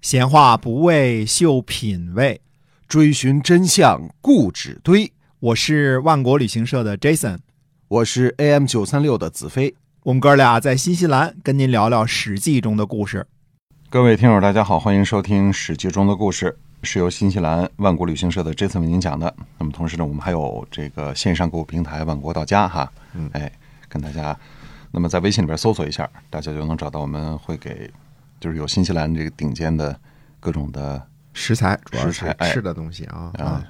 闲话不为秀品味，追寻真相固执堆。我是万国旅行社的 Jason，我是 AM 九三六的子飞。我们哥俩在新西兰跟您聊聊《史记》中的故事。各位听友，大家好，欢迎收听《史记》中的故事，是由新西兰万国旅行社的 Jason 为您讲的。那么同时呢，我们还有这个线上购物平台万国到家哈，嗯哎，跟大家，那么在微信里边搜索一下，大家就能找到我们会给，就是有新西兰这个顶尖的各种的食材主要食是材哎吃的东西啊、啊啊，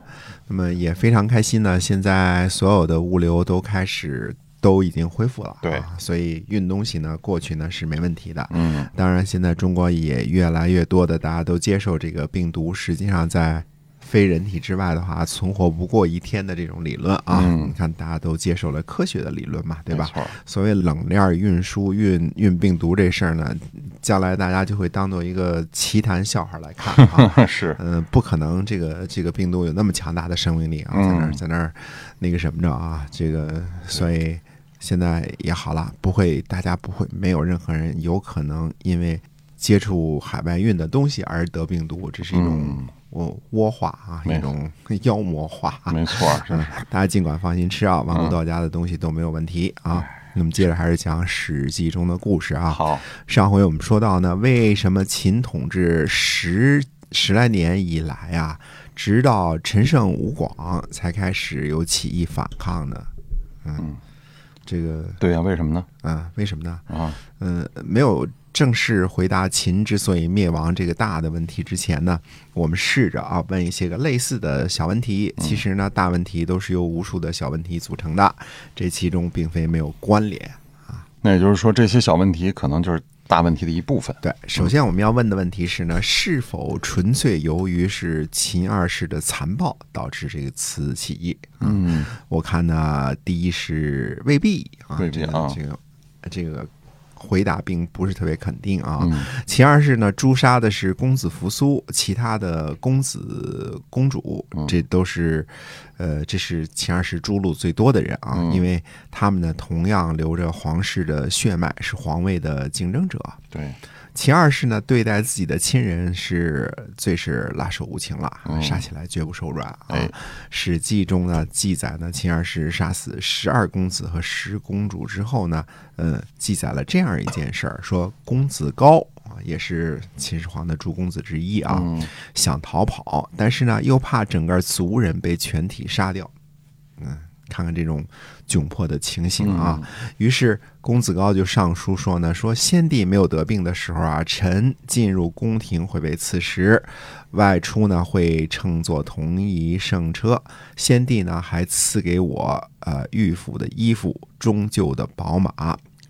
那么也非常开心呢。现在所有的物流都开始都已经恢复了、啊，对，所以运东西呢过去呢是没问题的。嗯当然，现在中国也越来越多的大家都接受这个病毒，实际上在非人体之外的话，存活不过一天的这种理论啊。嗯你看，大家都接受了科学的理论嘛，对吧没？错所谓冷链运输运运病毒这事儿呢，将来大家就会当做一个奇谈笑话来看 啊。 是嗯、不可能，这个这个病毒有那么强大的生命力啊，在那儿嗯在那儿那个什么着啊，这个所以现在也好了，不会，大家不会，没有任何人有可能因为接触海外运的东西而得病毒，这是一种嗯窝窝化啊，没一种 妖魔化啊。没错，嗯嗯， 大家尽管放心吃啊，万国到家的东西都没有问题啊。那么接着还是讲《史记》中的故事啊。 哎好，上回我们说到呢，为什么秦统治十十来年以来啊，直到陈胜吴广才开始有起义反抗呢？嗯嗯，这个对呀、为什么呢？啊，为什么呢？啊，嗯，没有正式回答秦之所以灭亡这个大的问题之前呢，我们试着啊问一些个类似的小问题。其实呢，大问题都是由无数的小问题组成的，这其中并非没有关联。那也就是说，这些小问题可能就是大问题的一部分。对，首先我们要问的问题是呢，是否纯粹由于是秦二世的残暴导致这个此起义？啊嗯，我看呢，第一是未必啊，未必啊这个这个这个回答并不是特别肯定啊。嗯其二是呢，诛杀的是公子扶苏，其他的公子公主，嗯这都是呃，这是秦二世诛戮最多的人啊，嗯因为他们呢同样流着皇室的血脉，是皇位的竞争者。对，秦二世呢，对待自己的亲人是最是辣手无情了，杀起来绝不手软啊。哦哎史记》中呢记载呢，秦二世杀死十二公子和十公主之后呢，嗯，记载了这样一件事儿，说公子高啊，也是秦始皇的诸公子之一啊，嗯想逃跑，但是呢又怕整个族人被全体杀掉，嗯，看看这种窘迫的情形啊。于是公子高就上书说呢，说先帝没有得病的时候啊，臣进入宫廷会被刺食，外出呢会乘坐同一圣车。先帝呢还赐给我呃御府的衣服、终究的宝马。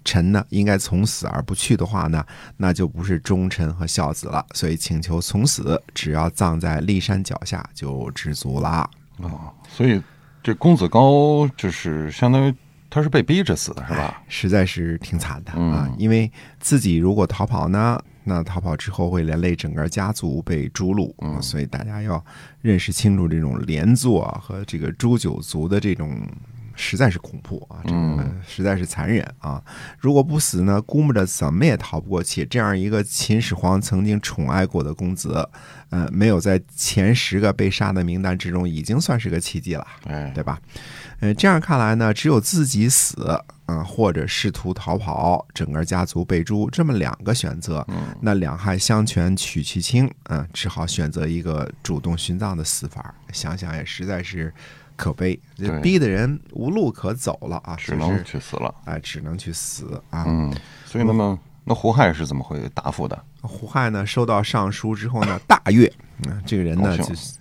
臣呢应该从死而不去的话呢，那就不是忠臣和孝子了。所以请求从死，只要葬在骊山脚下就知足啦。啊，所以这公子高就是相当于他是被逼着死的，是吧？实在是挺惨的嗯啊！因为自己如果逃跑呢，那逃跑之后会连累整个家族被诛戮，所以大家要认识清楚这种连坐和这个诛九族的这种。实在是恐怖啊！这个实在是残忍啊！如果不死呢，估摸着怎么也逃不过去。这样一个秦始皇曾经宠爱过的公子，呃，没有在前十个被杀的名单之中，已经算是个奇迹了。哎，对吧？呃，这样看来呢，只有自己死，啊，或者试图逃跑，整个家族被诛，这么两个选择，嗯那两害相权取其轻，啊、只好选择一个主动殉葬的死法。想想也实在是可悲，这对逼得人无路可走了啊，只就能是去死了。哎，只能去死啊。嗯，所以那么那胡亥是怎么会答复的？胡亥呢，收到上书之后呢，大悦，嗯，这个人呢高兴嗯就是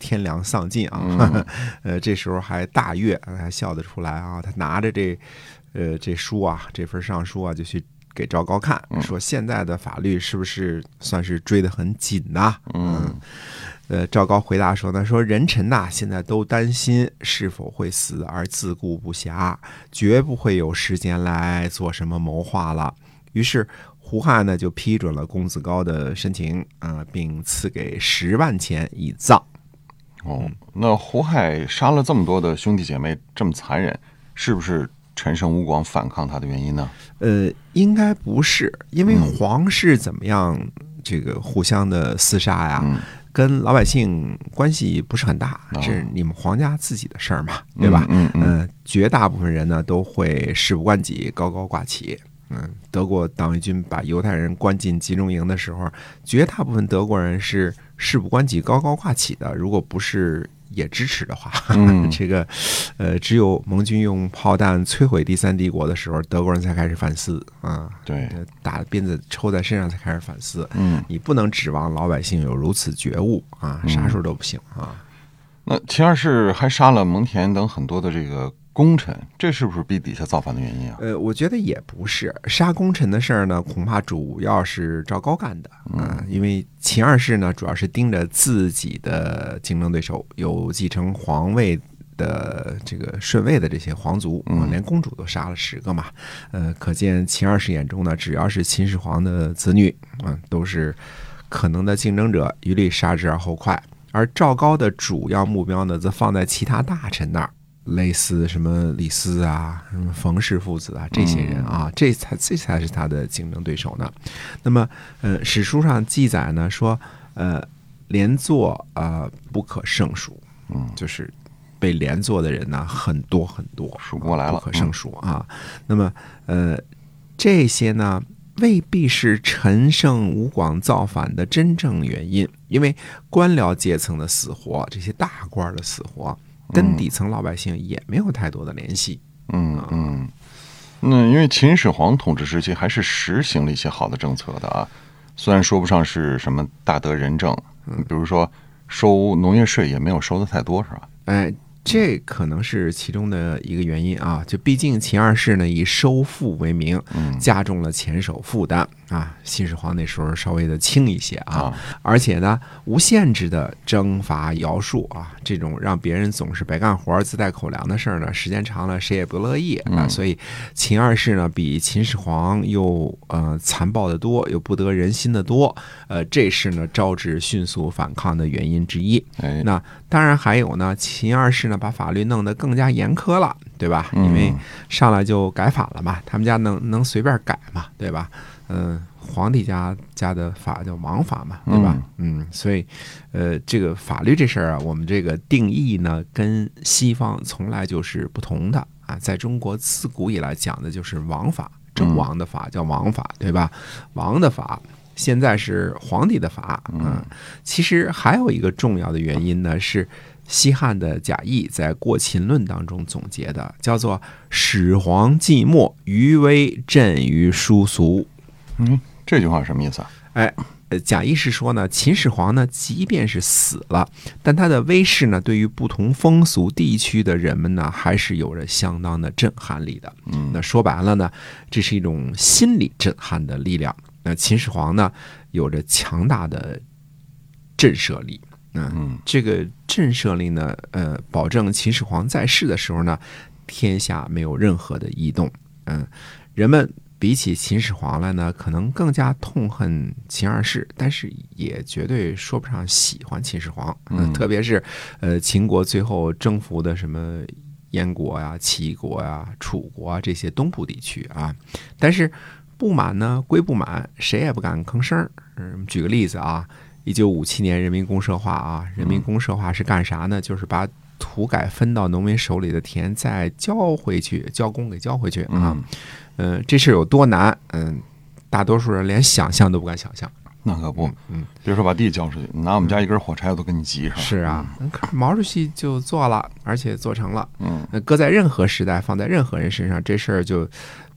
天良丧尽啊， 呃，这时候还大悦，还笑得出来啊。他拿着这呃这书啊，这份上书啊，就去给赵高看，嗯说现在的法律是不是算是追得很紧呐、嗯。呃，赵高回答说呢，说人臣呐、现在都担心是否会死而自顾不暇，绝不会有时间来做什么谋划了。于是胡亥呢就批准了公子高的申请啊、并赐给十万钱以葬。哦，嗯那胡亥杀了这么多的兄弟姐妹，这么残忍，是不是陈胜吴广反抗他的原因呢？呃，应该不是，因为皇室怎么样，这个互相的厮杀呀，嗯跟老百姓关系不是很大，这哦是你们皇家自己的事儿嘛，对吧？嗯嗯嗯、绝大部分人呢都会事不关己高高挂起。嗯，德国党卫军把犹太人关进集中营的时候，绝大部分德国人是事不关己高高挂起的。如果不是也支持的话，嗯这个呃，只有盟军用炮弹摧毁第三帝国的时候，德国人才开始反思啊。对，打鞭子抽在身上才开始反思。嗯，你不能指望老百姓有如此觉悟啊，啥时候都不行啊。那秦二世还杀了蒙恬等很多的这个功臣，这是不是逼底下造反的原因啊？呃，我觉得也不是杀功臣的事儿呢，恐怕主要是赵高干的啊，因为秦二世呢，主要是盯着自己的竞争对手，有继承皇位。的这个顺位的这些皇族，啊，连公主都杀了十个嘛，呃，可见秦二世眼中呢，只要是秦始皇的子女，啊、都是可能的竞争者，一律杀之而后快。而赵高的主要目标呢，则放在其他大臣那儿，类似什么李斯啊、什么冯氏父子啊这些人啊，这才这才是他的竞争对手呢。那么，呃，史书上记载呢说，呃，连坐呃不可胜数，嗯，就是被连坐的人呢很多很多，数不过来不了嗯可胜数啊。那么，呃，这些呢未必是陈胜吴广造反的真正原因，因为官僚阶层的死活，这些大官儿的死活，跟底层老百姓也没有太多的联系。嗯嗯，那因为秦始皇统治时期还是实行了一些好的政策的啊，虽然说不上是什么大德仁政，嗯比如说收农业税也没有收的太多，是吧？哎，这可能是其中的一个原因啊。就毕竟秦二世呢以收复为名，加重了前手负担啊。秦始皇那时候稍微的轻一些啊，而且呢无限制的征伐徭戍啊，这种让别人总是白干活儿自带口粮的事儿呢，时间长了谁也不乐意啊。所以秦二世呢比秦始皇又呃残暴的多，又不得人心的多，呃，这是呢招致迅速反抗的原因之一。哎，那当然还有呢，秦二世呢把法律弄得更加严苛了，对吧？因为上来就改法了嘛，他们家能能随便改嘛，对吧？嗯、皇帝家家的法叫王法嘛，对吧？嗯所以，呃，这个法律这事儿啊，我们这个定义呢，跟西方从来就是不同的啊。在中国自古以来讲的就是王法，周王的法叫王法，对吧？王的法。现在是皇帝的法，嗯，其实还有一个重要的原因呢，是西汉的贾谊在《过秦论》当中总结的，叫做“始皇既末，余威震于殊俗”。嗯，这句话什么意思啊？哎，呃贾谊是说呢，秦始皇呢，即便是死了，但他的威势呢，对于不同风俗地区的人们呢，还是有着相当的震撼力的。嗯，那说白了呢，这是一种心理震撼的力量。那秦始皇呢，有着强大的震慑力。嗯，这个震慑力呢，呃，保证秦始皇在世的时候呢，天下没有任何的异动。嗯，人们比起秦始皇来呢，可能更加痛恨秦二世，但是也绝对说不上喜欢秦始皇。嗯，特别是呃，秦国最后征服的什么燕国呀、齐国呀、楚国啊这些东部地区啊，但是不满呢归不满，谁也不敢吭声儿。嗯，举个例子啊，一九五七年人民公社化啊，人民公社化是干啥呢？就是把土改分到农民手里的田再交回去，交公给交回去啊。嗯、这事儿有多难？嗯，大多数人连想象都不敢想象。那可不，嗯嗯，别说把地交出去，拿我们家一根火柴我都跟你急，是吧？是啊，可是毛主席就做了，而且做成了。嗯，那搁在任何时代，放在任何人身上，这事儿就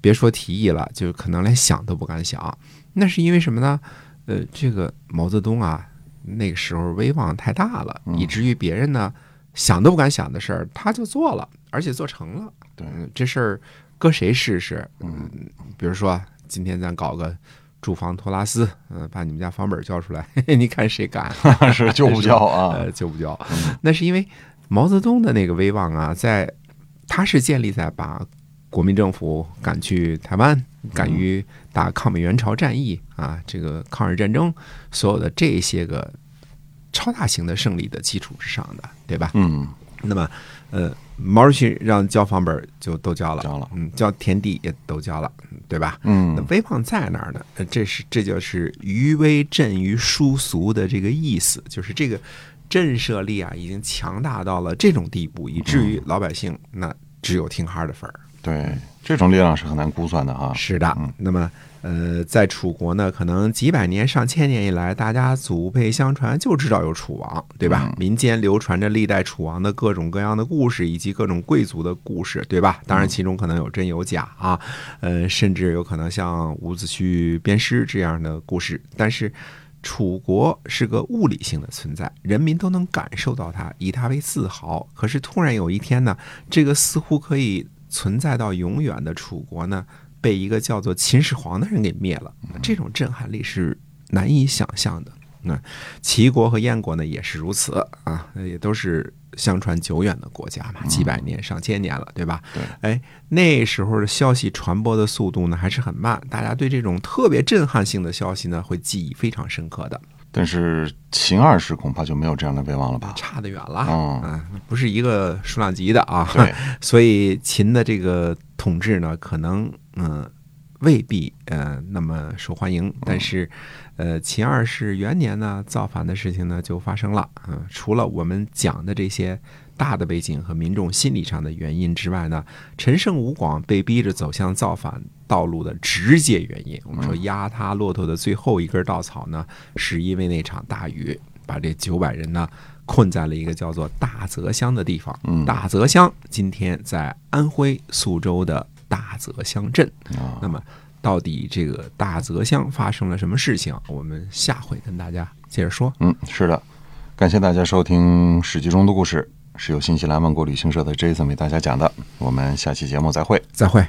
别说提议了，就可能连想都不敢想。那是因为什么呢？呃，这个毛泽东啊，那个时候威望太大了，以至于别人呢想都不敢想的事儿，他就做了，而且做成了。对嗯这事儿搁谁试试？嗯，比如说今天咱搞个住房托拉斯，嗯、把你们家房本儿交出来， 嘿嘿，你看谁敢？ 是就不交啊。呃，就不交。那是因为毛泽东的那个威望啊，在他是建立在把国民政府赶去台湾、嗯敢于打抗美援朝战役啊，这个抗日战争所有的这些个超大型的胜利的基础之上的，对吧？嗯，那么，呃，毛主席让交房本儿就都交了，交了嗯，交田地也都交了，对吧？那嗯，威棒在那儿呢，呃这是这就是余威震于殊俗的这个意思，就是这个震慑力啊，已经强大到了这种地步，以至于老百姓那只有听哈儿的份儿。对，这种力量是很难估算的啊哈。是的，那么呃，在楚国呢，可能几百年、上千年以来，大家祖辈相传就知道有楚王，对吧？民间流传着历代楚王的各种各样的故事，以及各种贵族的故事，对吧？当然，其中可能有真有假啊，呃，甚至有可能像伍子胥鞭尸这样的故事，但是。楚国是个物理性的存在，人民都能感受到它，以它为自豪。可是突然有一天呢，这个似乎可以存在到永远的楚国呢，被一个叫做秦始皇的人给灭了，嗯这种震撼力是难以想象的。那齐国和燕国呢也是如此啊，也都是相传久远的国家嘛，几百年、上千年了，对吧？嗯对。哎，那时候的消息传播的速度呢还是很慢，大家对这种特别震撼性的消息呢会记忆非常深刻的，但是秦二世恐怕就没有这样的威望了吧？差得远了。嗯啊，不是一个数量级的啊。对，所以秦的这个统治呢，可能嗯、呃未必呃那么受欢迎，但是呃秦二世元年呢造反的事情呢就发生了。嗯、除了我们讲的这些大的背景和民众心理上的原因之外呢，陈胜吴广被逼着走向造反道路的直接原因，我们说压他骆驼的最后一根稻草呢，是因为那场大雨把这九百人呢。困在了一个叫做大泽乡的地方。嗯大泽乡今天在安徽宿州的大泽乡镇。啊那，么，到底这个大泽乡发生了什么事情？我们下回跟大家接着说。嗯，是的。感谢大家收听《史记》中的故事，是由新西兰万国旅行社的 Jason 为大家讲的。我们下期节目再会。再会。